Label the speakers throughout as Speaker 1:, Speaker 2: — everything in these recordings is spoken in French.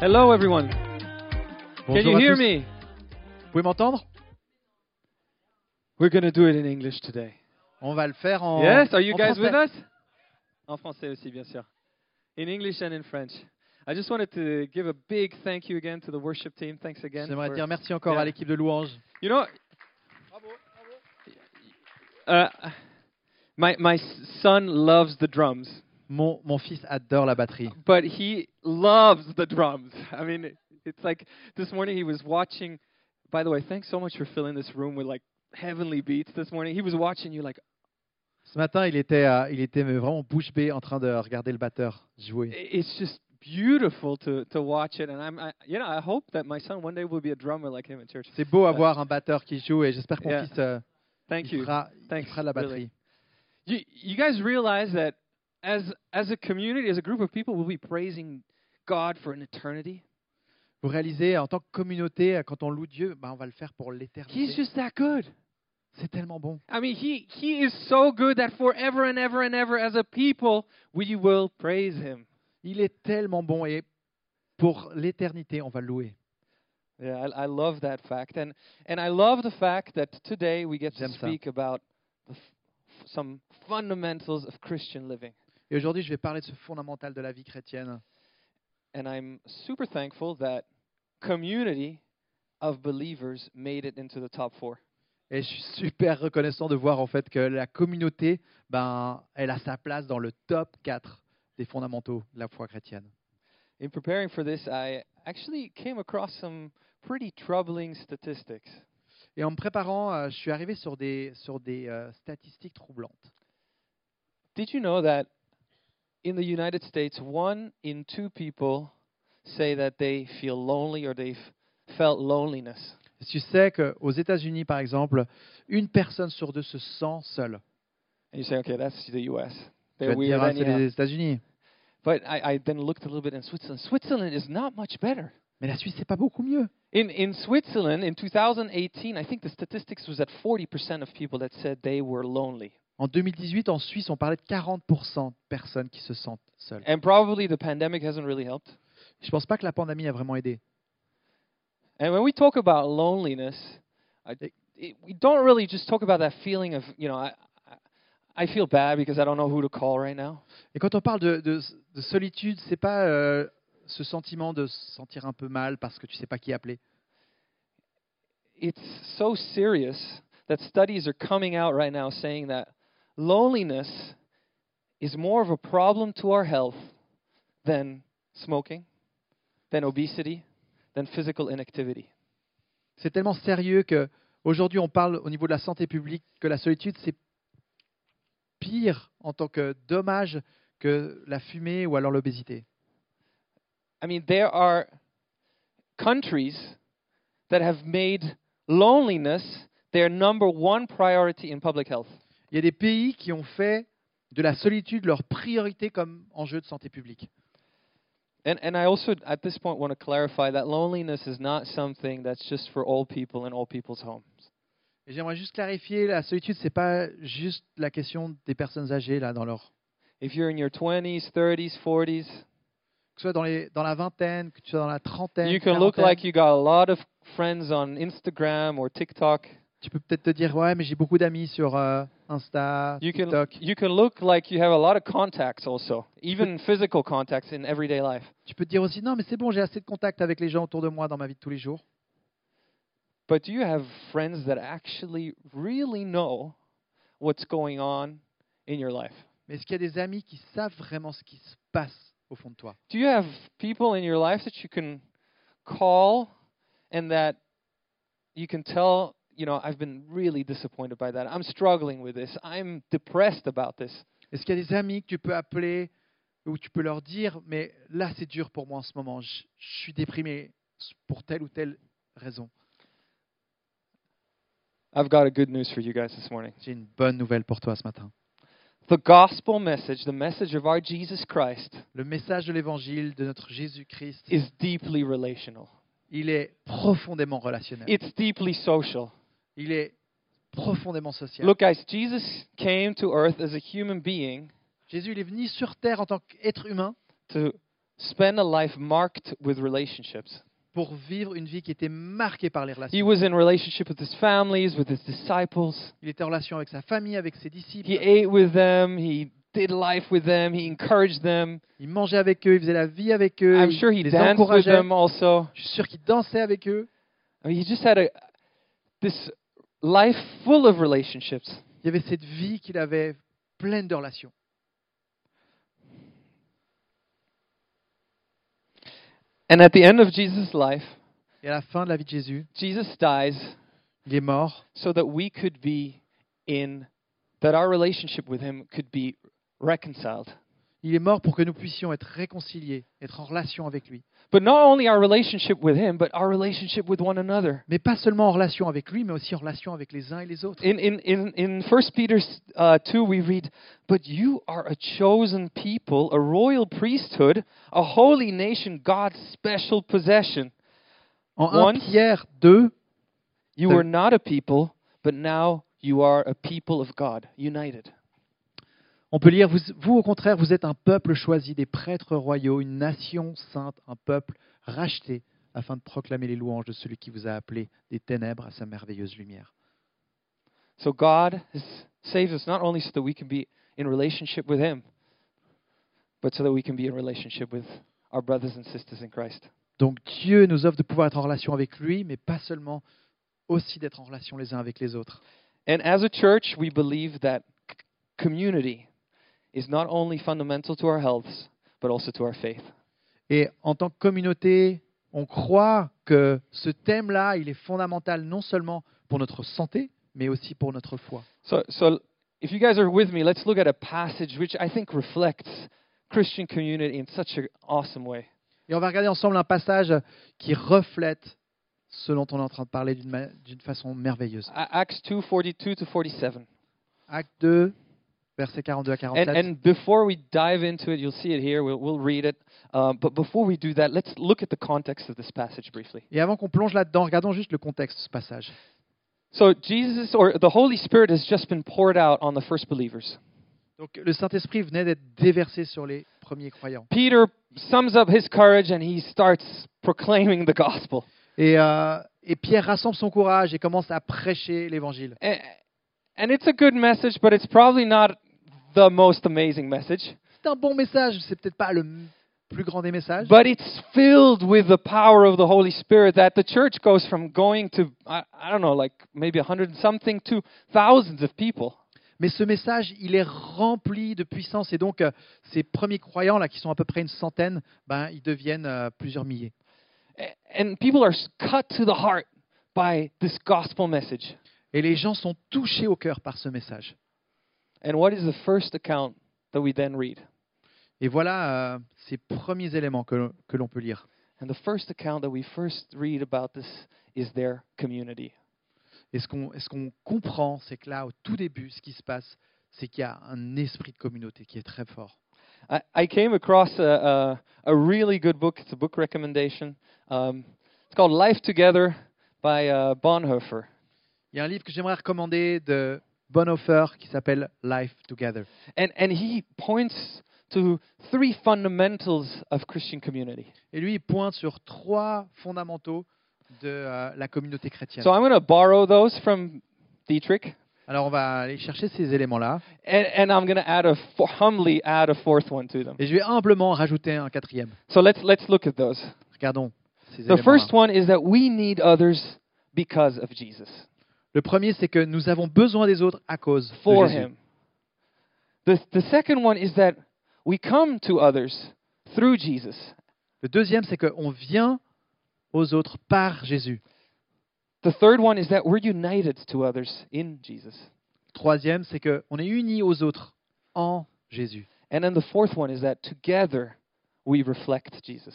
Speaker 1: Hello, everyone. Can
Speaker 2: Bonjour
Speaker 1: you
Speaker 2: à
Speaker 1: hear
Speaker 2: tous.
Speaker 1: me?
Speaker 2: Vous pouvez m'entendre
Speaker 1: We're going to do it in English today.
Speaker 2: On va le faire en.
Speaker 1: yes, are you
Speaker 2: en
Speaker 1: guys
Speaker 2: français.
Speaker 1: with us? En français aussi, bien sûr. In English and in French. I just wanted to give a big thank you again to the worship team. Thanks again.
Speaker 2: J'aimerais
Speaker 1: for-
Speaker 2: dire merci encore
Speaker 1: Yeah.
Speaker 2: à l'équipe de louange.
Speaker 1: you know, uh, my my son loves the drums,
Speaker 2: Mon, mon fils adore la batterie.
Speaker 1: but he loves the drums. I mean, it's like this morning he was watching. By the way, thanks so much for filling this room with like heavenly beats this morning. He was watching you like.
Speaker 2: Ce matin, il était, euh, il était vraiment bouche bée en train de regarder le batteur jouer.
Speaker 1: i- it's just beautiful to, to watch it and i'm I, you know i hope that my son one day will be a drummer like him in church
Speaker 2: C'est beau
Speaker 1: Ouais.
Speaker 2: avoir un batteur qui joue et j'espère que mon
Speaker 1: Yeah.
Speaker 2: fils euh,
Speaker 1: thank
Speaker 2: il
Speaker 1: you
Speaker 2: fera, il
Speaker 1: Thanks,
Speaker 2: fera de la
Speaker 1: really.
Speaker 2: batterie.
Speaker 1: you you guys realize that as as a community as a group of people we'll be praising god for an eternity
Speaker 2: Vous réalisez, en tant que communauté, euh, quand on loue Dieu, bah, on va le faire pour
Speaker 1: he's
Speaker 2: l'éternité.
Speaker 1: just that good
Speaker 2: C'est tellement bon.
Speaker 1: i mean he he is so good that forever and ever and ever as a people we will praise him
Speaker 2: Il est tellement bon et pour l'éternité, on va le louer.
Speaker 1: yeah i, I love that fact and and i love the fact that today we get to
Speaker 2: J'aime ça.
Speaker 1: speak about the f- f- some fundamentals of christian living
Speaker 2: Et aujourd'hui, je vais parler de ce fondamental de la vie chrétienne.
Speaker 1: And I'm super thankful that community of believers made it into the top four.
Speaker 2: Et je suis super reconnaissant de voir en fait que la communauté, ben, elle a sa place dans le top 4 des fondamentaux de la foi chrétienne.
Speaker 1: In preparing for this, I actually came across some pretty troubling statistics.
Speaker 2: Et en me préparant, euh, je suis arrivé sur des, sur des euh, statistiques troublantes.
Speaker 1: Did you know that in the United States, one in two people say that they feel lonely or they've felt loneliness?
Speaker 2: Tu sais qu'aux États-Unis, par exemple, une personne sur deux se sent seule.
Speaker 1: And you say, okay, that's the US.
Speaker 2: Tu
Speaker 1: They're
Speaker 2: vas
Speaker 1: weird
Speaker 2: te dire, ah, c'est
Speaker 1: anyhow.
Speaker 2: les États-Unis.
Speaker 1: But I, I then looked a little bit in Switzerland. Switzerland is not much better.
Speaker 2: Mais la Suisse, c'est pas beaucoup mieux.
Speaker 1: In, in Switzerland, in 2018, I think the statistics was that 40% of people that said they were lonely.
Speaker 2: En 2018, en Suisse, on parlait de 40% de personnes qui se sentent seules.
Speaker 1: And probably the pandemic hasn't really helped.
Speaker 2: Je pense pas que la pandémie a vraiment aidé.
Speaker 1: And when we talk about loneliness, I, it, we don't really just talk about that feeling of, you know, I, I I feel bad because I don't know who to call right now.
Speaker 2: Et quand on parle de, de, de solitude, c'est pas euh, ce sentiment de se sentir un peu mal parce que tu sais pas qui appeler.
Speaker 1: It's so serious that studies are coming out right now saying that loneliness is more of a problem to our health than smoking, than obesity, than physical inactivity.
Speaker 2: C'est tellement sérieux que aujourd'hui on parle au niveau de la santé publique que la solitude c'est pire en tant que dommage que la fumée ou alors l'obésité.
Speaker 1: I mean, there are countries that have made loneliness their number one priority in public health.
Speaker 2: Il y a des pays qui ont fait de la solitude leur priorité comme enjeu de santé publique.
Speaker 1: And, and I also, at this point, want to clarify that loneliness is not something that's just for old people in old people's homes.
Speaker 2: Et j'aimerais juste clarifier, la solitude c'est pas juste la question des personnes âgées là dans leur
Speaker 1: If you're in your 20s, 30s, 40s,
Speaker 2: que tu sois dans, les, dans la vingtaine, que tu sois dans la trentaine,
Speaker 1: you can look
Speaker 2: quarantaine.
Speaker 1: like you got a lot of friends on Instagram or TikTok.
Speaker 2: Tu peux peut-être te dire, ouais, mais j'ai beaucoup d'amis sur euh, Insta,
Speaker 1: You can,
Speaker 2: TikTok.
Speaker 1: you can look like you have a lot of contacts also, even physical contacts in everyday life.
Speaker 2: Tu peux te dire aussi, non, mais c'est bon, j'ai assez de contacts avec les gens autour de moi dans ma vie de tous les jours.
Speaker 1: But do you have friends that actually really know what's going on in your life?
Speaker 2: Mais est-ce qu'il y a des amis qui savent vraiment ce qui se passe au fond de toi
Speaker 1: Do you have people in your life that you can call and that you can tell, you know, I've been really disappointed by that. I'm struggling with this. I'm depressed about this.
Speaker 2: Est-ce qu'il y a des amis que tu peux appeler ou tu peux leur dire, mais là, c'est dur pour moi en ce moment, je, je suis déprimé pour telle ou telle raison
Speaker 1: I've got a good news for you guys this morning.
Speaker 2: J'ai une bonne nouvelle pour toi ce matin.
Speaker 1: The gospel message, the message of our Jesus Christ,
Speaker 2: Le message de l'évangile de notre Jésus-Christ,
Speaker 1: is deeply relational.
Speaker 2: il est profondément relationnel.
Speaker 1: It's deeply social.
Speaker 2: Il est profondément social.
Speaker 1: Look, guys, Jesus came to earth as a human being
Speaker 2: Jésus, il est venu sur terre en tant qu'être humain
Speaker 1: to spend a life marked with relationships.
Speaker 2: pour vivre une vie qui était marquée par les
Speaker 1: He
Speaker 2: relations.
Speaker 1: was in relationship with his families, with his disciples.
Speaker 2: Il était en relation avec sa famille, avec ses disciples.
Speaker 1: He ate with them. He did life with them. He encouraged them.
Speaker 2: Il mangeait avec eux, il faisait la vie avec eux.
Speaker 1: I'm
Speaker 2: il
Speaker 1: sure he
Speaker 2: les
Speaker 1: danced with
Speaker 2: encourageait.
Speaker 1: them also.
Speaker 2: Je suis sûr qu'il dansait avec eux.
Speaker 1: I mean, he just had a this life full of relationships.
Speaker 2: Il y avait cette vie qu'il avait pleine de relations.
Speaker 1: And at the end of Jesus' life,
Speaker 2: Et à la fin de la vie de Jésus,
Speaker 1: Jesus dies
Speaker 2: il est mort
Speaker 1: so that we could be in that our relationship with him could be reconciled.
Speaker 2: Il est mort pour que nous puissions être réconciliés, être en relation avec lui.
Speaker 1: But not only our relationship with him, but our relationship with one another.
Speaker 2: Mais pas seulement en relation avec lui, mais aussi en relation avec les uns et les autres.
Speaker 1: In, in, in, in 1 Peter uh, 2, we read, But you are a chosen people, a royal priesthood, a holy nation, God's special possession.
Speaker 2: En 1
Speaker 1: Once-
Speaker 2: Pierre 2,
Speaker 1: You
Speaker 2: The-
Speaker 1: were not a people, but now you are a people of God, united.
Speaker 2: on peut lire, vous, vous au contraire, vous êtes un peuple choisi, des prêtres royaux, une nation sainte, un peuple racheté, afin de proclamer les louanges de celui qui vous a appelé des ténèbres à sa merveilleuse lumière.
Speaker 1: So God has saves us not only so that we can be in relationship with Him, but so that we can be in relationship with our brothers and sisters in Christ.
Speaker 2: Donc Dieu nous offre de pouvoir être en relation avec lui, mais pas seulement aussi d'être en relation les uns avec les autres.
Speaker 1: And as a church, we believe that c- community is not only fundamental to our healths, but also to our faith.
Speaker 2: Et en tant que communauté, on croit que ce thème-là, il est fondamental non seulement pour notre santé, mais aussi pour notre foi.
Speaker 1: So, so if you guys are with me, let's look at a passage which I think reflects Christian community in such an awesome way.
Speaker 2: Et on va regarder ensemble un passage qui reflète ce dont on est en train de parler d'une ma- d'une façon merveilleuse.
Speaker 1: A- Acts 2:42 to 47.
Speaker 2: Acte 2, versets 42 à 47.
Speaker 1: And, and before we dive into it, you'll see it here. We'll, we'll read it. Um, but before we do that, let's look at the context of this passage briefly.
Speaker 2: Et avant qu'on plonge là-dedans, regardons juste le contexte de ce passage.
Speaker 1: So Jesus, or the Holy Spirit, has just been poured out on the first believers.
Speaker 2: Donc le Saint-Esprit venait d'être déversé sur les premiers croyants.
Speaker 1: Peter sums up his courage and he starts proclaiming the gospel.
Speaker 2: Et, euh, et Pierre rassemble son courage et commence à prêcher l'évangile.
Speaker 1: A- And it's a good message, but it's probably not the most amazing message.
Speaker 2: C'est un bon message, c'est peut-être pas le m- plus grand des messages,
Speaker 1: But it's filled with the power of the Holy Spirit that the church goes from going to, I, I don't know, like maybe a hundred and something to thousands of people.
Speaker 2: mais ce message, il est rempli de puissance et donc euh, ces premiers croyants là qui sont à peu près une centaine, ben ils deviennent euh, plusieurs milliers.
Speaker 1: A- and people are s- cut to the heart by this gospel message.
Speaker 2: Et les gens sont touchés au cœur par ce message.
Speaker 1: And what is the first account that we then read?
Speaker 2: Et voilà euh, ces premiers éléments que, que l'on peut lire.
Speaker 1: And the first account that we first read about this is their community.
Speaker 2: Et ce qu'on et ce qu'on comprend, c'est que là, au tout début, ce qui se passe, c'est qu'il y a un esprit de communauté qui est très fort.
Speaker 1: I, I came across a, a, a really good book. It's a book recommendation. Um, it's called Life Together by uh, Bonhoeffer.
Speaker 2: Il y a un livre que j'aimerais recommander de Bonhoeffer qui s'appelle Life Together.
Speaker 1: And, and he points to three fundamentals of Christian community.
Speaker 2: Et lui, il pointe sur trois fondamentaux de euh, la communauté chrétienne.
Speaker 1: So I'm going to borrow those from Dietrich,
Speaker 2: Alors, on va aller chercher ces éléments-là.
Speaker 1: and, and I'm going to add a fo- humbly add a fourth one to them.
Speaker 2: Et je vais humblement rajouter un quatrième.
Speaker 1: So let's let's look at those.
Speaker 2: Regardons ces
Speaker 1: The
Speaker 2: éléments.
Speaker 1: first one is that we need others because of Jesus,
Speaker 2: Le premier, c'est que nous avons besoin des autres à cause
Speaker 1: for
Speaker 2: de Jésus.
Speaker 1: Him. The the second one is that we come to others through Jesus,
Speaker 2: Le deuxième, c'est qu'on vient aux autres par Jésus.
Speaker 1: The third one is that we're united to others in Jesus.
Speaker 2: Le troisième, c'est qu'on est unis aux autres en Jésus.
Speaker 1: And then the fourth one is that together we reflect Jesus.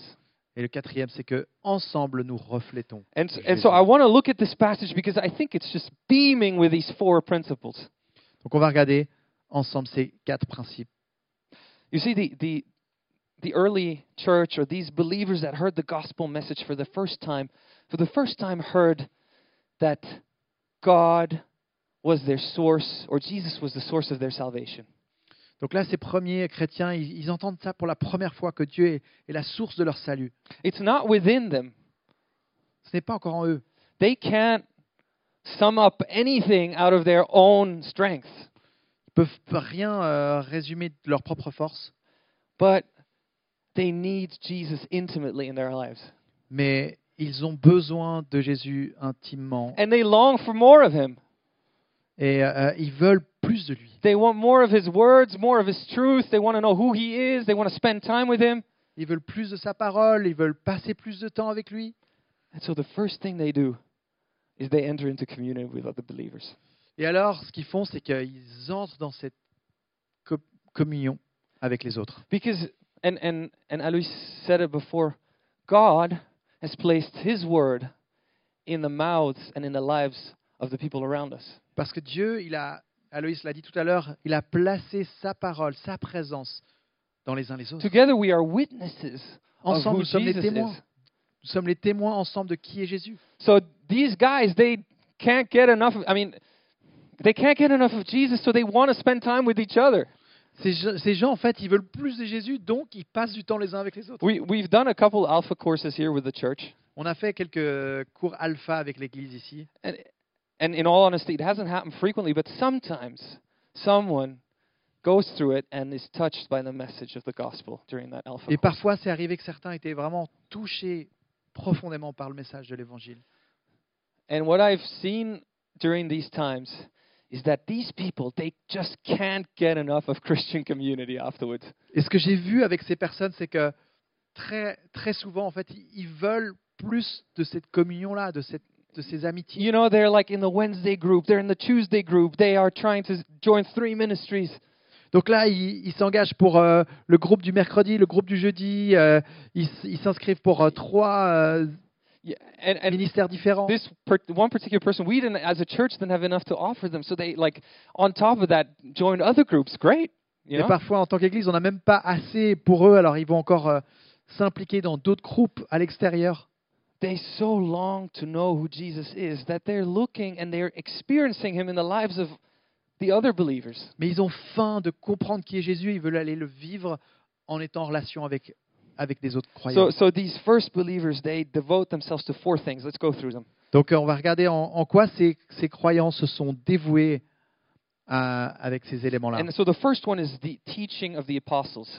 Speaker 2: Et le quatrième, c'est que ensemble nous reflétons.
Speaker 1: And so,
Speaker 2: Jésus.
Speaker 1: and so I want to look at this passage because I think it's just beaming with these four principles.
Speaker 2: Donc, on va regarder ensemble ces quatre principes.
Speaker 1: You see, the, the, the early church or these believers that heard the gospel message for the first time, for the first time heard that God was their source or Jesus was the source of their salvation.
Speaker 2: Donc là, ces premiers chrétiens, ils, ils entendent ça pour la première fois que Dieu est, est la source de leur salut.
Speaker 1: It's not within them.
Speaker 2: Ce n'est pas encore en eux.
Speaker 1: They can't sum up anything out of their own strength,
Speaker 2: Ils peuvent rien euh, résumer de leur propre force,
Speaker 1: but they need Jesus intimately in their lives.
Speaker 2: mais ils ont besoin de Jésus intimement
Speaker 1: And they long for more of him.
Speaker 2: et euh, ils veulent plus de lui.
Speaker 1: They want more of his words, more of his truth. They want to know who he is. They want to spend time with him.
Speaker 2: Ils veulent plus de sa parole, ils veulent passer plus de temps avec lui.
Speaker 1: And so the first thing they do is they enter into communion with other believers.
Speaker 2: Et alors, ce qu'ils font, c'est qu'ils entrent dans cette co- communion avec les autres.
Speaker 1: Because, and, and, and Alois said it before, God has placed his word in the mouths and in the lives of the people around us.
Speaker 2: Parce que Dieu, il a, Aloïs l'a dit tout à l'heure, il a placé sa parole, sa présence dans les uns les autres.
Speaker 1: Together we are witnesses of
Speaker 2: Ensemble,
Speaker 1: who
Speaker 2: nous sommes les
Speaker 1: Jesus
Speaker 2: témoins.
Speaker 1: is.
Speaker 2: Nous sommes les témoins ensemble de qui est Jésus.
Speaker 1: So these guys, they can't get enough. Of, I mean, they can't get enough of Jesus, so they want to spend time with each other.
Speaker 2: Ces, gens- ces gens, en fait, ils veulent plus de Jésus, donc ils passent du temps les uns avec les autres.
Speaker 1: We, we've done a couple alpha courses here with the church,
Speaker 2: On a fait quelques cours alpha avec l'Église ici.
Speaker 1: and, and in all honesty, it hasn't happened frequently, but sometimes someone goes through it and is touched by the message of the gospel during that alpha
Speaker 2: Et
Speaker 1: course.
Speaker 2: parfois, c'est arrivé que certains étaient vraiment touchés profondément par le message de l'Évangile.
Speaker 1: And what I've seen during these times is that these people, they just can't get enough of Christian community afterwards.
Speaker 2: Et ce que j'ai vu avec ces personnes, c'est que très, très souvent, en fait, ils- ils veulent plus de cette communion-là, de, cette, de ces amitiés.
Speaker 1: You know, they're like in the Wednesday group, they're in the Tuesday group, they are trying to join three ministries.
Speaker 2: Donc là, ils ils s'engagent pour euh, le groupe du mercredi, le groupe du jeudi. euh, ils s- ils s'inscrivent pour euh, trois euh,
Speaker 1: Yeah, and, and
Speaker 2: ministères différents.
Speaker 1: this per- one particular person, we didn't, as a church, didn't have enough to offer them. So they, like, on top of that, joined other groups. Great. You
Speaker 2: Et
Speaker 1: know?
Speaker 2: parfois, en tant qu'Église, on n'a même pas assez pour eux, alors ils vont encore euh, s'impliquer dans d'autres groupes à l'extérieur.
Speaker 1: They so long to know who Jesus is that they're looking and they're experiencing him in the lives of the other believers.
Speaker 2: Mais ils ont faim de comprendre qui est Jésus, ils veulent aller le vivre en étant en relation avec, avec les autres croyants.
Speaker 1: So, so these first believers, they devote themselves to four things. Let's go through them.
Speaker 2: Donc euh, on va regarder en, en quoi ces, ces croyants se sont dévoués à- avec ces éléments-là.
Speaker 1: And so the first one is the teaching of the apostles.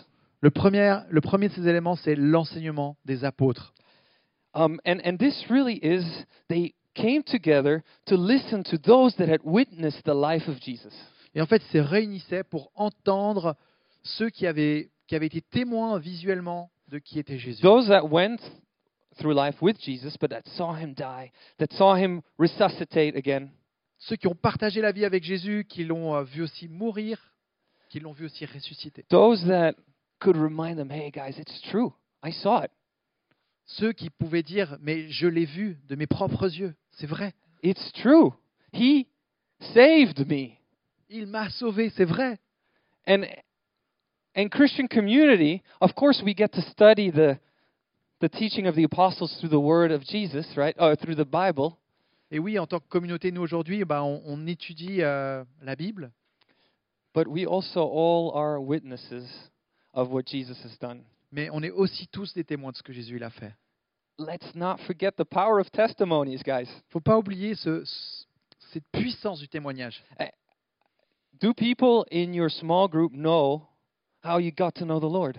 Speaker 2: Le premier, le premier de ces éléments, c'est l'enseignement des apôtres.
Speaker 1: Um, and, and this really is, they came together to listen to those that had witnessed the life of Jesus.
Speaker 2: Et en fait, ils se réunissaient pour entendre ceux qui avaient, qui avaient été témoins visuellement de qui était Jésus.
Speaker 1: Those that went through life with Jesus, but that saw him die, that saw him resuscitate again.
Speaker 2: Ceux qui ont partagé la vie avec Jésus, qui l'ont euh, vu aussi mourir, qui l'ont vu aussi ressusciter.
Speaker 1: Those that could remind them, hey guys, it's true. I saw it.
Speaker 2: Ceux qui pouvaient dire, mais je l'ai vu de mes propres yeux, c'est vrai.
Speaker 1: It's true. He saved me.
Speaker 2: Il m'a sauvé, c'est vrai.
Speaker 1: And and Christian community, of course, we get to study the the teaching of the apostles through the word of Jesus, right? Or through the Bible.
Speaker 2: Et oui, en tant que communauté, nous aujourd'hui, ben, on, on étudie euh, la Bible,
Speaker 1: But we also all are witnesses of what Jesus has done.
Speaker 2: mais on est aussi tous des témoins de ce que Jésus il a fait.
Speaker 1: Let's not forget the power of testimonies, guys.
Speaker 2: faut pas oublier ce- ce- cette puissance du témoignage.
Speaker 1: Do people in your small group know how you got to know the Lord?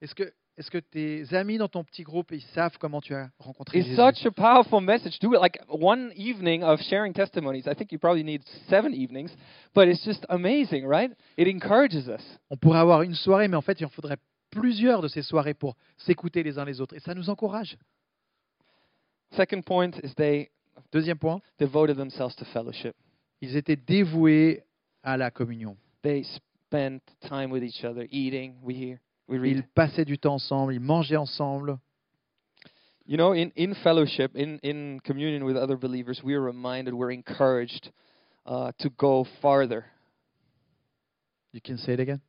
Speaker 2: Est-ce que, est-ce que tes amis dans ton petit groupe, ils savent comment tu as rencontré
Speaker 1: It's
Speaker 2: Jésus
Speaker 1: such a powerful message. Do it like one evening of sharing testimonies. I think you probably need seven evenings, but it's just amazing, right? It encourages us.
Speaker 2: On pourrait avoir une soirée, mais en fait, il en faudrait plusieurs de ces soirées pour s'écouter les uns les autres. Et ça nous encourage.
Speaker 1: Second point is they
Speaker 2: Deuxième point,
Speaker 1: devoted themselves to fellowship.
Speaker 2: ils étaient dévoués à la communion.
Speaker 1: They spent time with each other, eating. We hear, we read.
Speaker 2: Ils passaient du temps ensemble, ils mangeaient ensemble.
Speaker 1: You know, in, in fellowship, in, in communion with other believers, we are reminded, we're encouraged uh, to go farther.
Speaker 2: You can say it again.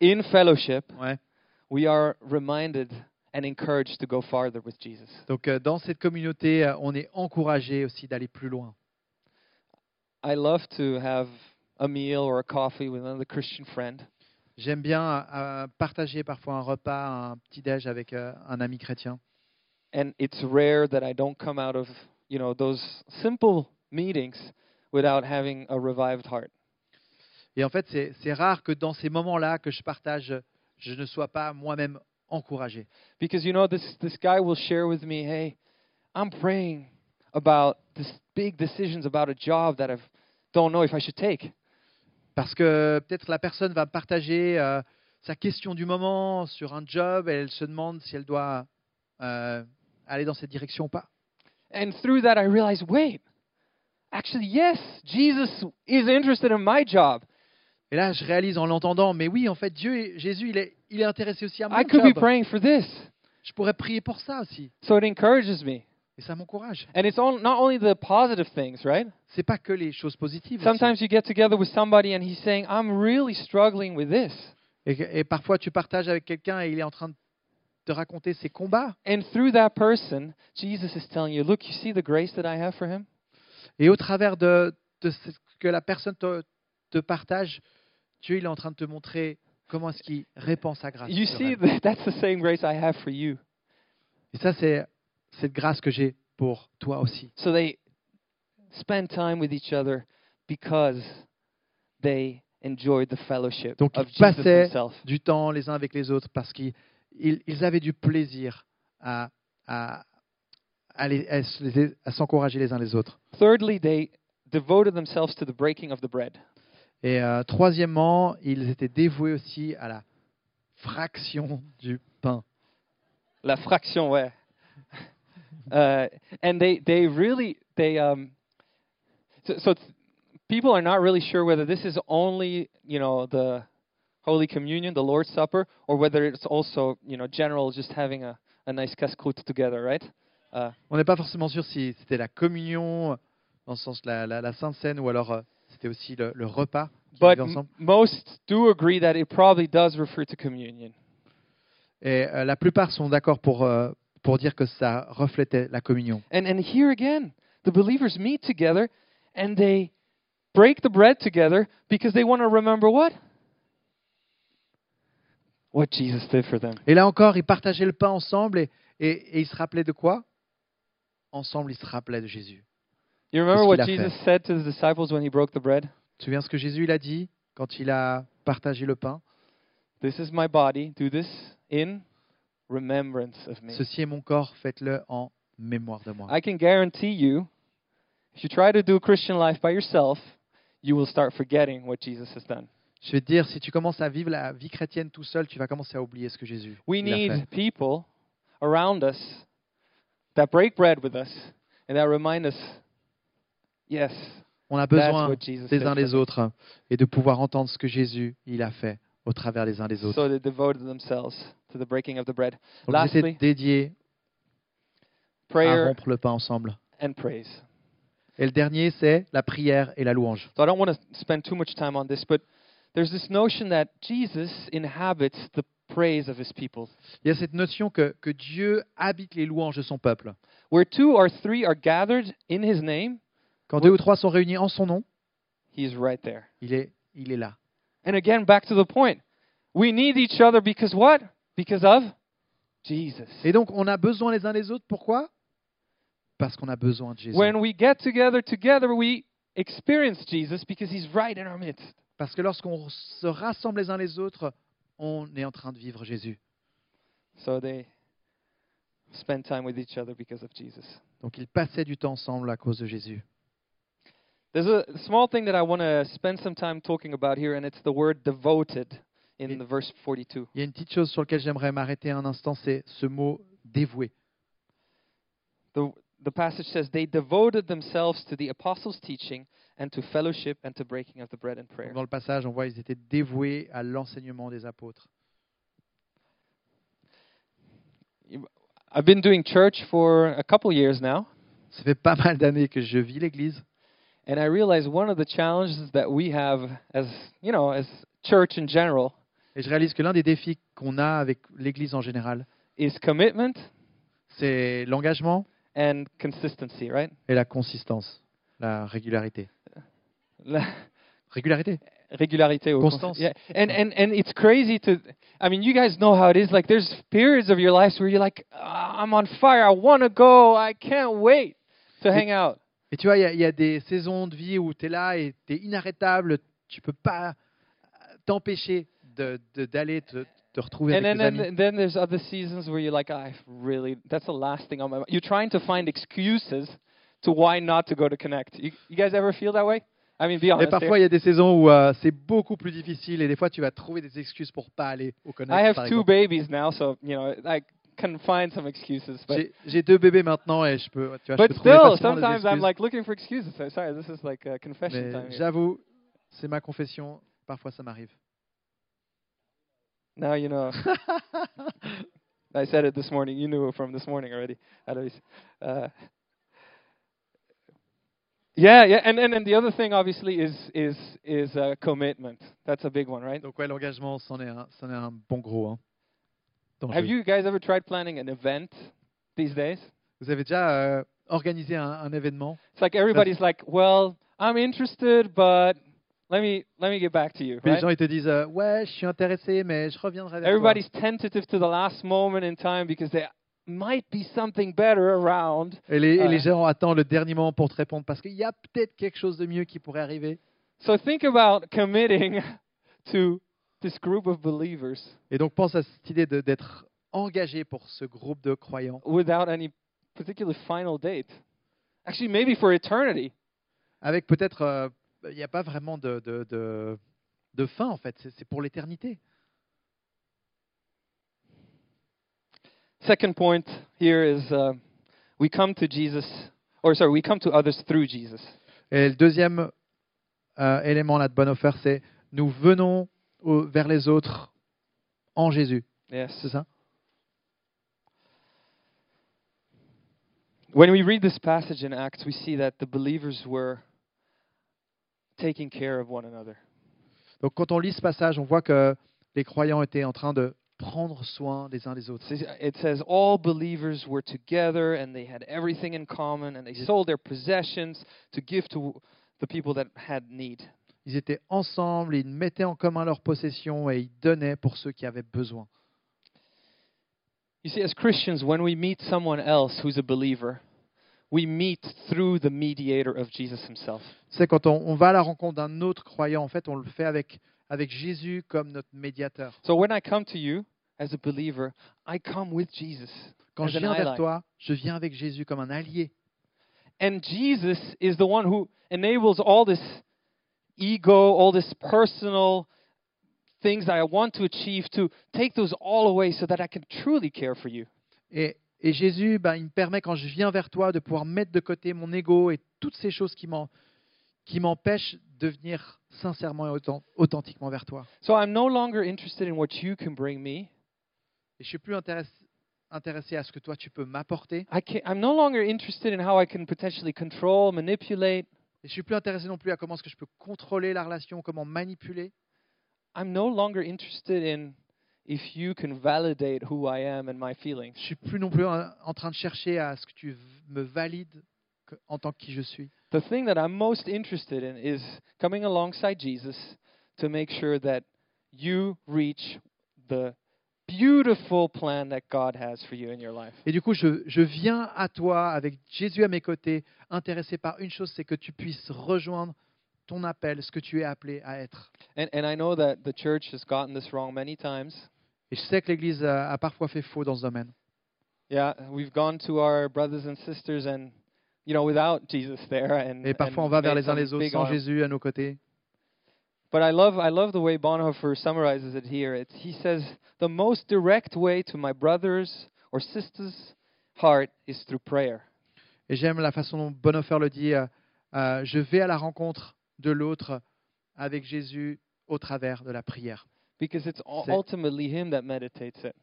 Speaker 1: In fellowship,
Speaker 2: Ouais.
Speaker 1: we are reminded and encouraged to go farther with Jesus.
Speaker 2: Donc euh, dans cette communauté, euh, on est encouragé aussi d'aller plus loin.
Speaker 1: I love to have a meal or a coffee with another Christian friend.
Speaker 2: J'aime bien euh, partager parfois un repas, un petit déj avec euh, un ami chrétien.
Speaker 1: And it's rare that I don't come out of, you know, those simple meetings without having a revived heart.
Speaker 2: Et en fait, c'est c'est rare que dans ces moments-là que je partage, je ne sois pas moi-même encouragé.
Speaker 1: Because you know this this guy will share with me, "Hey, I'm praying about this big decisions about a job that I don't know if I should take."
Speaker 2: Parce que peut-être la personne va partager euh, sa question du moment sur un job et elle se demande si elle doit euh, aller dans cette direction ou pas.
Speaker 1: And through that I realized, "Wait, actually yes, Jesus is interested in my job.
Speaker 2: Et là, je réalise en l'entendant, mais oui, en fait, Dieu, est- Jésus, il est, il est intéressé aussi à mon
Speaker 1: I could be
Speaker 2: job.
Speaker 1: praying for this."
Speaker 2: Je pourrais prier pour ça aussi.
Speaker 1: So it encourages me.
Speaker 2: Et ça m'encourage.
Speaker 1: And it's all, not only the positive things, right?
Speaker 2: C'est pas que les choses positives. aussi.
Speaker 1: Sometimes you get together with somebody and he's saying, "I'm really struggling with this."
Speaker 2: Et, et parfois, tu partages avec quelqu'un et il est en train de te raconter ses combats.
Speaker 1: And through that person, Jesus is telling you, "Look, you see the grace that I have for him?"
Speaker 2: Et au travers de, de ce que la personne te, te partage, Dieu, il est en train de te montrer comment est-ce qu'il répand sa grâce.
Speaker 1: You
Speaker 2: sur
Speaker 1: see, that
Speaker 2: elle.
Speaker 1: that's the same grace I have for you.
Speaker 2: Et ça, c'est cette grâce que j'ai pour toi aussi.
Speaker 1: So they spend time with each other because they enjoyed the fellowship
Speaker 2: Donc,
Speaker 1: of
Speaker 2: ils
Speaker 1: Jesus
Speaker 2: passaient
Speaker 1: himself.
Speaker 2: Du temps les uns avec les autres parce qu'ils ils- ils avaient du plaisir à, à, à les- à se- à s'encourager les uns les autres.
Speaker 1: Thirdly, they devoted themselves to the breaking of the bread.
Speaker 2: Et euh, troisièmement, ils étaient dévoués aussi à la fraction du pain.
Speaker 1: La fraction, ouais. Uh, and they, they really, they, um, so, so it's- people are not really sure whether this is only, you know, the Holy Communion, the Lord's Supper, or whether it's also, you know, general just having a, a nice casse-croûte together, right? Uh,
Speaker 2: On n'est pas forcément sûr si c'était la communion, euh, dans le sens la, la, la Sainte Seine, ou alors euh, c'était aussi le, le repas qu'ils
Speaker 1: but
Speaker 2: vivaient ensemble.
Speaker 1: m- most do agree that it probably does refer to communion.
Speaker 2: Et euh, la plupart sont d'accord pour, euh, pour dire que ça reflétait la communion.
Speaker 1: And, and here again, the believers meet together and they break the bread together because they want to remember what? What Jesus did for them.
Speaker 2: Et là encore, ils partageaient le pain ensemble et, et, et ils se rappelaient de quoi Ensemble, ils se rappelaient de Jésus.
Speaker 1: You remember what
Speaker 2: qu'il a
Speaker 1: Jesus said to the disciples when he broke the bread?
Speaker 2: Tu te souviens ce que Jésus il a dit quand il a partagé le pain
Speaker 1: This is my body. Do this in remembrance of me.
Speaker 2: Ceci est mon corps, faites-le en mémoire de moi.
Speaker 1: I can guarantee you, if you try to do Christian life by yourself, you will start forgetting what Jesus has done.
Speaker 2: Je vais te dire, si tu commences à vivre la vie chrétienne tout seul, tu vas commencer à oublier ce que Jésus
Speaker 1: We
Speaker 2: il a fait.
Speaker 1: need people around us that break bread with us and that remind us, yes,
Speaker 2: On a
Speaker 1: that's
Speaker 2: besoin
Speaker 1: what Jesus did.
Speaker 2: des uns
Speaker 1: for
Speaker 2: des
Speaker 1: me.
Speaker 2: autres et de pouvoir entendre ce que Jésus il a fait au travers des uns des autres.
Speaker 1: So they devoted themselves to the breaking of the bread,
Speaker 2: Donc, ils étaient
Speaker 1: lastly-
Speaker 2: dédiés à
Speaker 1: prayer
Speaker 2: rompre le pain ensemble.
Speaker 1: and praise.
Speaker 2: Et le dernier, c'est la prière et la louange.
Speaker 1: So I don't want to spend too much time on this, but there's this notion that Jesus inhabits the praise of his people.
Speaker 2: Il y a cette notion que, que Dieu habite les louanges de son peuple.
Speaker 1: Where two or three are gathered in his name,
Speaker 2: Quand deux ou trois sont réunis en son nom,
Speaker 1: he is right there.
Speaker 2: il est, il est là.
Speaker 1: And again, back to the point. We need each other because what? Because of Jesus.
Speaker 2: Et donc, on a besoin les uns des autres. Pourquoi Parce qu'on a besoin de Jésus.
Speaker 1: When we get together together, we experience Jesus because he's right in our midst.
Speaker 2: Parce que lorsqu'on se rassemble les uns les autres, on est en train de vivre Jésus.
Speaker 1: So they spend time with each other because of Jesus.
Speaker 2: Donc ils passaient du temps ensemble à cause de Jésus.
Speaker 1: There's a small thing that I want to spend some time talking about here, and it's the word devoted in
Speaker 2: It-
Speaker 1: the verse 42.
Speaker 2: Il y a une petite chose sur laquelle j'aimerais m'arrêter un instant, c'est ce mot dévoué.
Speaker 1: The, the passage says, They devoted themselves to the apostles' teaching and to fellowship and to breaking of the bread and prayer.
Speaker 2: Dans le passage, on voit qu'ils étaient dévoués à l'enseignement des apôtres.
Speaker 1: I've been doing church for a couple years now.
Speaker 2: Ça fait pas mal d'années que je vis l'Église.
Speaker 1: And I realize one of the challenges that we have as, you know, as church in general
Speaker 2: Et je réalise que l'un des défis qu'on a avec l'Église en général,
Speaker 1: is commitment
Speaker 2: c'est l'engagement
Speaker 1: and consistency, right?
Speaker 2: et la consistance, la régularité.
Speaker 1: La-
Speaker 2: Régularité
Speaker 1: Régularité or
Speaker 2: Constance.
Speaker 1: Yeah. And, and, and it's crazy to, I mean, you guys know how it is. Like, there's periods of your lives where you're like, "Ah, I'm on fire. I want to go. I can't wait to hang out.
Speaker 2: Et tu vois, il y a- il y, a des saisons de vie où tu es là et tu es inarrêtable, tu peux pas t'empêcher de- de- d'aller te, te retrouver
Speaker 1: And
Speaker 2: avec
Speaker 1: then,
Speaker 2: tes
Speaker 1: then,
Speaker 2: amis.
Speaker 1: then there's other seasons where you're like, I really, that's the last thing on my mind. You're trying to find excuses to why not to go to Connect. You, you guys ever feel that way? I mean, be
Speaker 2: Et
Speaker 1: honest. here.
Speaker 2: parfois, il y a des saisons où euh, c'est beaucoup plus difficile et des fois, tu vas trouver des excuses pour pas aller au Connect.
Speaker 1: I have
Speaker 2: par
Speaker 1: two
Speaker 2: exemple.
Speaker 1: babies now, so, you know, I can find some excuses. But
Speaker 2: J'ai- J'ai deux bébés maintenant et je peux, tu vois, je
Speaker 1: But
Speaker 2: peux trouver
Speaker 1: still,
Speaker 2: facilement des
Speaker 1: sometimes I'm
Speaker 2: excuses.
Speaker 1: like looking for excuses. So sorry, this is like uh, confession time.
Speaker 2: Mais
Speaker 1: Here.
Speaker 2: j'avoue, c'est ma confession. Parfois, ça m'arrive.
Speaker 1: Now you know. I said it this morning. You knew from this morning already. At least. Uh, yeah, yeah, and, and and the other thing obviously is is is uh, commitment. That's a big one, right?
Speaker 2: Donc ouais, l'engagement, c'en est, un- c'en est un bon gros. hein,
Speaker 1: Have
Speaker 2: d'enjeu.
Speaker 1: you guys ever tried planning an event these days?
Speaker 2: Vous avez déjà euh, organisé un, un événement
Speaker 1: It's like everybody's like, well, I'm interested, but let me let me get back to you.
Speaker 2: Puis
Speaker 1: Right?
Speaker 2: les gens ils te disent euh, ouais, je suis intéressé, mais je reviendrai vers toi.
Speaker 1: Everybody's tentative to the last moment in time because there might be something better around.
Speaker 2: Et les, et les
Speaker 1: Ouais.
Speaker 2: gens attendent le dernier moment pour te répondre parce qu'il y a peut-être quelque chose de mieux qui pourrait arriver.
Speaker 1: So think about committing to this group of believers
Speaker 2: Et donc pense à cette idée de- d'être engagé pour ce groupe de croyants
Speaker 1: without any particular final date. Actually, maybe for eternity.
Speaker 2: avec peut-être euh, il n'y a pas vraiment de, de, de- de fin en fait, c'est c'est pour l'éternité.
Speaker 1: Second point here is uh, we come to Jesus, or sorry, we come to others through Jesus.
Speaker 2: Et le deuxième euh, élément là, de bonne offre, c'est nous venons au- vers les autres en Jésus.
Speaker 1: Yes.
Speaker 2: C'est ça
Speaker 1: When we read this passage in Acts, we see that the believers were taking care of one another.
Speaker 2: Donc quand on lit ce passage, on voit que les croyants étaient en train de prendre soin les uns des autres.
Speaker 1: It says- It says all believers were together and they had everything in common and they sold their possessions to give to the people that had need.
Speaker 2: Ils étaient ensemble, ils mettaient en commun leurs possessions et ils donnaient pour ceux qui avaient besoin.
Speaker 1: You see, as Christians, when we meet someone else who's a believer, we meet through the mediator of Jesus himself.
Speaker 2: C'est quand on, on va à la rencontre d'un autre croyant, en fait, on le fait avec, avec Jésus comme notre médiateur.
Speaker 1: So when I come to you as a believer, I come with Jesus.
Speaker 2: Quand
Speaker 1: As
Speaker 2: je
Speaker 1: an
Speaker 2: viens vers
Speaker 1: ally.
Speaker 2: toi, je viens avec Jésus comme un allié.
Speaker 1: And Jesus is the one who enables all this ego, all this personal things that I want to achieve to take those all away so that I can truly care for you.
Speaker 2: Et, et Jésus, ben, il me permet, quand je viens vers toi, de pouvoir mettre de côté mon ego et toutes ces choses qui m'en- qui m'empêchent de venir sincèrement et authent- authentiquement vers toi.
Speaker 1: So I'm no longer interested in what you can bring me.
Speaker 2: Et je suis plus intéressé, intéressé à ce que toi, tu peux m'apporter.
Speaker 1: I can I'm no longer interested in how I can potentially control, manipulate.
Speaker 2: Et je suis plus intéressé non plus à comment est-ce que je peux contrôler la relation, comment manipuler.
Speaker 1: I'm no longer interested in if you can validate who I am and my feelings.
Speaker 2: Je suis plus non plus en, en train de chercher à ce que tu v- me valides que- en tant que qui je suis.
Speaker 1: The thing that I'm most interested in is coming alongside Jesus to make sure that you reach the beautiful plan that God has for you in your life.
Speaker 2: Et du coup, je, je viens à toi avec Jésus à mes côtés, intéressé par une chose, c'est que tu puisses rejoindre ton appel, ce que tu es appelé à être.
Speaker 1: And, and I know that the church has gotten this wrong many times.
Speaker 2: Et je sais que l'Église a, a parfois fait faux dans ce domaine.
Speaker 1: Yeah, we've gone to our brothers and sisters and you know without Jesus there and,
Speaker 2: Et parfois, on
Speaker 1: and
Speaker 2: va vers
Speaker 1: made
Speaker 2: les uns
Speaker 1: some
Speaker 2: les autres
Speaker 1: big
Speaker 2: sans
Speaker 1: arm-
Speaker 2: Jésus à nos côtés.
Speaker 1: But I love I love the way Bonhoeffer summarizes it here. It's, he says the most direct way to my brother's or sister's heart is through prayer.
Speaker 2: Et j'aime la façon dont Bonhoeffer le dit, euh, euh, je vais à la rencontre de l'autre avec Jésus au travers de la prière.
Speaker 1: Because it's ul-
Speaker 2: C'est-
Speaker 1: ultimately him that meditates it.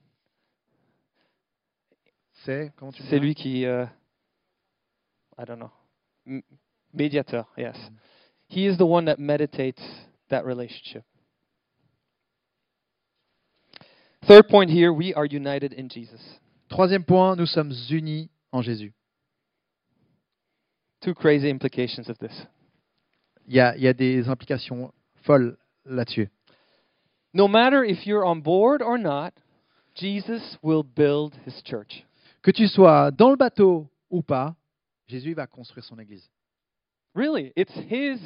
Speaker 2: C'est comment tu le
Speaker 1: C'est
Speaker 2: dis
Speaker 1: lui qui, euh, I don't know, M- médiateur. Yes, Mm-hmm. he is the one that meditates that relationship. Third point here: we are united in Jesus.
Speaker 2: Troisième point, nous sommes unis en Jésus.
Speaker 1: Two crazy implications of this.
Speaker 2: Il y a, il y a des implications folles là-dessus.
Speaker 1: No matter if you're on board or not, Jesus will build his church.
Speaker 2: Que tu sois dans le bateau ou pas, Jésus va construire son Église.
Speaker 1: Really, it's his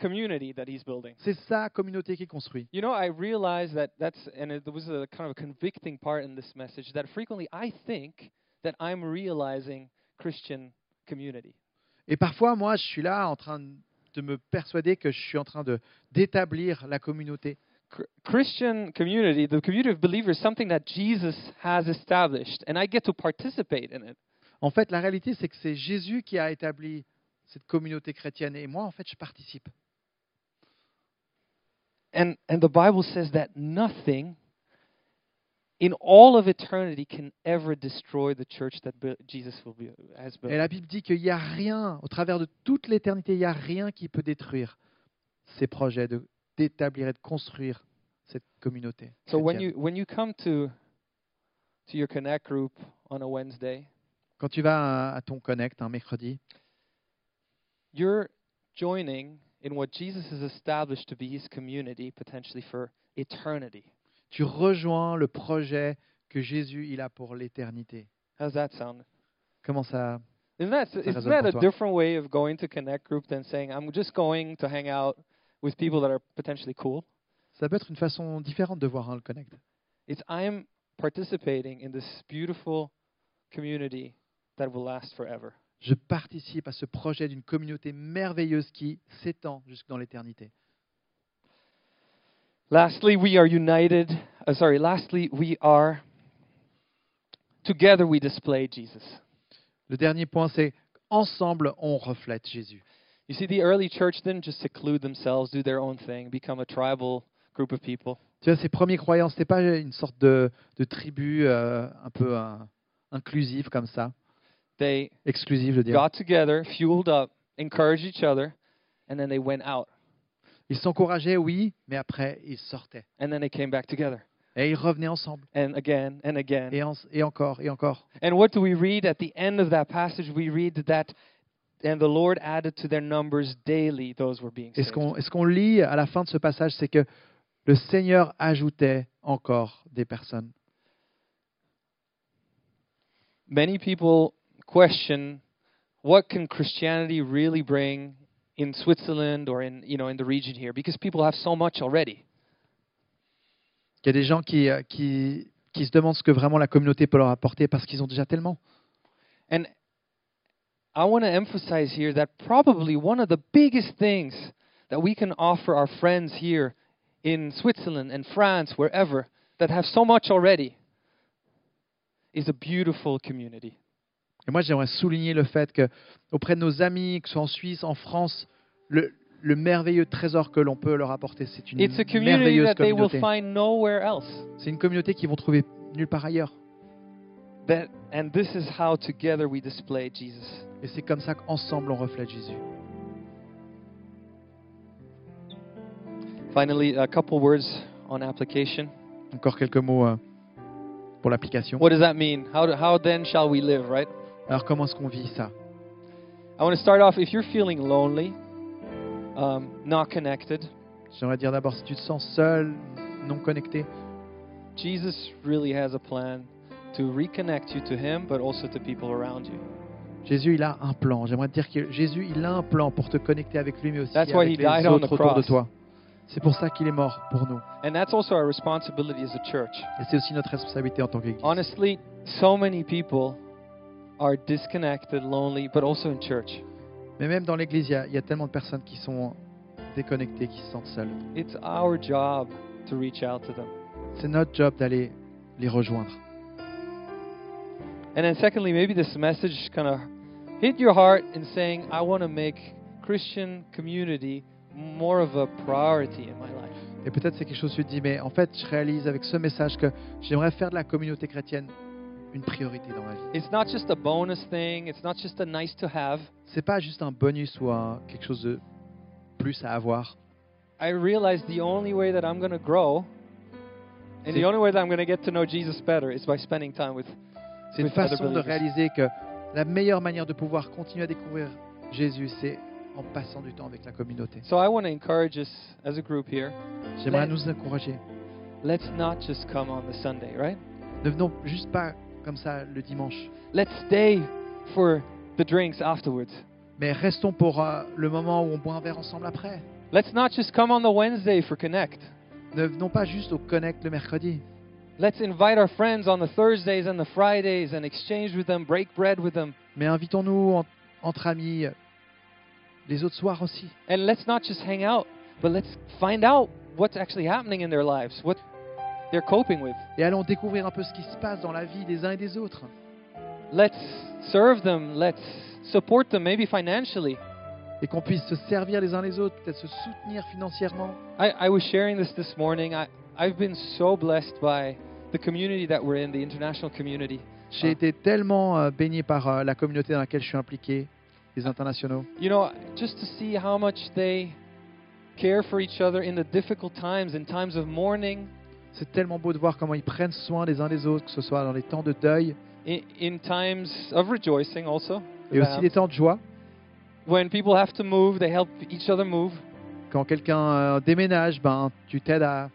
Speaker 1: community that he's building.
Speaker 2: C'est sa communauté qui construit.
Speaker 1: You know, I realize that that's, and it was a kind of a convicting part in this message, that frequently I think that I'm realizing Christian community.
Speaker 2: Et parfois, moi, je suis là en train de me persuader que je suis en train de d'établir la communauté.
Speaker 1: Chr- Christian community, the community of believers, something that Jesus has established, and I get to participate in it.
Speaker 2: En fait, la réalité, c'est que c'est Jésus qui a établi cette communauté chrétienne. Et moi, en fait, je participe.
Speaker 1: And, and the Bible says that nothing in all of eternity can ever destroy the church that bu- Jesus will be, has built.
Speaker 2: Et la Bible dit qu'il n'y a rien, au travers de toute l'éternité, il n'y a rien qui peut détruire ces projets de- d'établir et de construire cette communauté.
Speaker 1: so when you,
Speaker 2: chrétienne.
Speaker 1: when you come to, to your Connect group on a Wednesday,
Speaker 2: Quand tu vas à- à ton Connect un mercredi,
Speaker 1: you're joining in what Jesus has established to be his community potentially for eternity.
Speaker 2: tu rejoins le projet que Jésus il a pour l'éternité.
Speaker 1: How's that sound?
Speaker 2: Comment ça
Speaker 1: Isn't that,
Speaker 2: résonne
Speaker 1: isn't that
Speaker 2: pour
Speaker 1: a
Speaker 2: toi.
Speaker 1: different way of going to Connect group than saying, I'm just going to hang out with people that are potentially cool?
Speaker 2: Ça peut être une façon différente de voir hein, le Connect.
Speaker 1: It's I'm participating in this beautiful community that will last forever.
Speaker 2: Je participe à ce projet d'une communauté merveilleuse qui s'étend jusque dans l'éternité.
Speaker 1: Lastly, we are united. Uh, sorry, lastly, we are together we display Jesus.
Speaker 2: Le dernier point, c'est ensemble, on reflète Jésus.
Speaker 1: You see, the early church didn't just seclude themselves, do their own thing, become a tribal group of people.
Speaker 2: Tu vois, ces premiers croyants, ce pas une sorte de, de tribu euh, un peu euh, inclusive comme ça,
Speaker 1: They
Speaker 2: exclusive, je veux dire.
Speaker 1: got together, fueled up, encouraged each other, and then they went out.
Speaker 2: Ils s'encourageaient, oui, mais après, ils sortaient.
Speaker 1: And then they came back together.
Speaker 2: Et ils revenaient ensemble.
Speaker 1: And again and again.
Speaker 2: Et, en- et encore, et encore.
Speaker 1: And what do we read at the end of that passage? We read that, and the Lord added to their numbers daily those were being
Speaker 2: Et ce
Speaker 1: saved.
Speaker 2: qu'on et ce qu'on lit à la fin de ce passage, c'est que le Seigneur ajoutait encore des personnes.
Speaker 1: Many people question what can Christianity really bring in Switzerland or in you know in the region here because people have so much already.
Speaker 2: Il y a des gens qui, euh, qui, qui se demandent ce que vraiment la communauté peut leur apporter parce qu'ils ont déjà tellement.
Speaker 1: And I want to emphasize here that probably one of the biggest things that we can offer our friends here in Switzerland and France, wherever, that have so much already, is a beautiful community.
Speaker 2: Et moi, j'aimerais souligner le fait que auprès de nos amis, que ce soit en Suisse, en France, le, le merveilleux trésor que l'on peut leur apporter, c'est une
Speaker 1: It's a community
Speaker 2: merveilleuse
Speaker 1: that they will
Speaker 2: Mm-hmm. communauté.
Speaker 1: find nowhere else.
Speaker 2: C'est une communauté qu'ils vont trouver nulle part ailleurs.
Speaker 1: That, and this is how together we display Jesus.
Speaker 2: Et c'est comme ça qu'ensemble, on reflète Jésus.
Speaker 1: Finally, a couple words on application.
Speaker 2: Encore quelques mots euh, pour l'application.
Speaker 1: What does that mean? How, do, how then shall we live, right?
Speaker 2: Alors, comment est-ce qu'on vit ça
Speaker 1: I want to start off if you're feeling lonely, um, not connected,
Speaker 2: J'aimerais dire d'abord, si tu te sens seul, non connecté,
Speaker 1: Jesus really has a plan to reconnect you to Him, but also to people around you.
Speaker 2: Jésus, il a un plan. J'aimerais te dire que Jésus, il a un plan pour te connecter avec lui, mais aussi
Speaker 1: That's why he
Speaker 2: avec les
Speaker 1: died on
Speaker 2: autres
Speaker 1: the
Speaker 2: autour de
Speaker 1: cross.
Speaker 2: toi. C'est pour ça qu'il est mort pour nous.
Speaker 1: And that's also our responsibility as a church.
Speaker 2: Et c'est aussi notre responsabilité en tant qu'Église.
Speaker 1: Honestly, so many people are disconnected, lonely, but also in church.
Speaker 2: Mais même dans l'Église, il y, a, il y a tellement de personnes qui sont déconnectées, qui se sentent seules.
Speaker 1: It's our job to reach out to them.
Speaker 2: C'est notre job d'aller les rejoindre.
Speaker 1: And then, secondly, maybe this message kind of hit your heart in saying, I want to make Christian community more of a priority in my life.
Speaker 2: Et peut-être c'est quelque chose que tu te dis, mais en fait, je réalise avec ce message que j'aimerais faire de la communauté chrétienne une priorité dans ma vie.
Speaker 1: It's not just a bonus thing, it's not just a nice to have.
Speaker 2: C'est pas juste un bonus ou un- quelque chose de plus à avoir.
Speaker 1: I realize the only way that I'm going to grow and the
Speaker 2: C'est-
Speaker 1: only way that I'm going to get to know Jesus better is by spending time with.
Speaker 2: C'est une
Speaker 1: With other
Speaker 2: façon de
Speaker 1: believers.
Speaker 2: réaliser que la meilleure manière de pouvoir continuer à découvrir Jésus, c'est en passant du temps avec la communauté.
Speaker 1: So I want to encourage us as a group here.
Speaker 2: J'aimerais
Speaker 1: Let-
Speaker 2: nous encourager.
Speaker 1: Let's not just come on the Sunday, right?
Speaker 2: Ne venons juste pas comme ça le dimanche,
Speaker 1: Let's stay for the drinks afterwards.
Speaker 2: mais restons pour euh, le moment où on boit un verre ensemble après.
Speaker 1: Let's not just come on the Wednesday for Connect.
Speaker 2: Ne venons pas juste au Connect le mercredi.
Speaker 1: Let's invite our friends on the Thursdays and the Fridays and exchange with them, break bread with them.
Speaker 2: Mais invitons-nous en- entre amis euh, les autres soirs aussi.
Speaker 1: And let's not just hang out, but let's find out what's actually happening in their lives, what they're coping with.
Speaker 2: Et allons découvrir un peu ce qui se passe dans la vie des uns et des autres.
Speaker 1: Let's serve them, let's support them, maybe financially.
Speaker 2: Et qu'on puisse se servir les uns les autres, peut-être se soutenir financièrement.
Speaker 1: I, I was sharing this this morning. I, I've been so blessed by the community that we're in, the international community.
Speaker 2: J'ai
Speaker 1: Ah.
Speaker 2: été tellement euh, baigné par euh, la communauté dans laquelle je suis impliqué, les internationaux.
Speaker 1: You know, just to see how much they care for each other in the difficult times, in times of mourning,
Speaker 2: C'est tellement beau de voir comment ils prennent soin les uns des autres, que ce soit dans les temps de deuil
Speaker 1: in, in times of rejoicing also.
Speaker 2: et aussi
Speaker 1: hein.
Speaker 2: les temps de joie.
Speaker 1: When people have to move, they help each other move.
Speaker 2: Quand quelqu'un euh, déménage, ben, tu t'aides à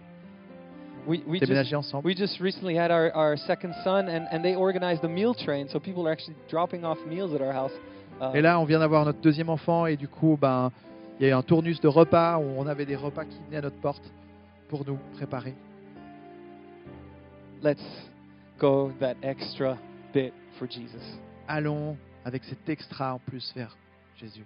Speaker 1: We, we just
Speaker 2: déménager ensemble.
Speaker 1: We just recently had our, our second son, and, and they organized a meal train, so people are actually dropping off meals at our house. Uh,
Speaker 2: Et là, on vient d'avoir notre deuxième enfant et du coup, ben, il y a eu un tournus de repas où on avait des repas qui venaient à notre porte pour nous préparer.
Speaker 1: let's go that extra bit for Jesus.
Speaker 2: Allons avec cet extra en plus vers Jésus.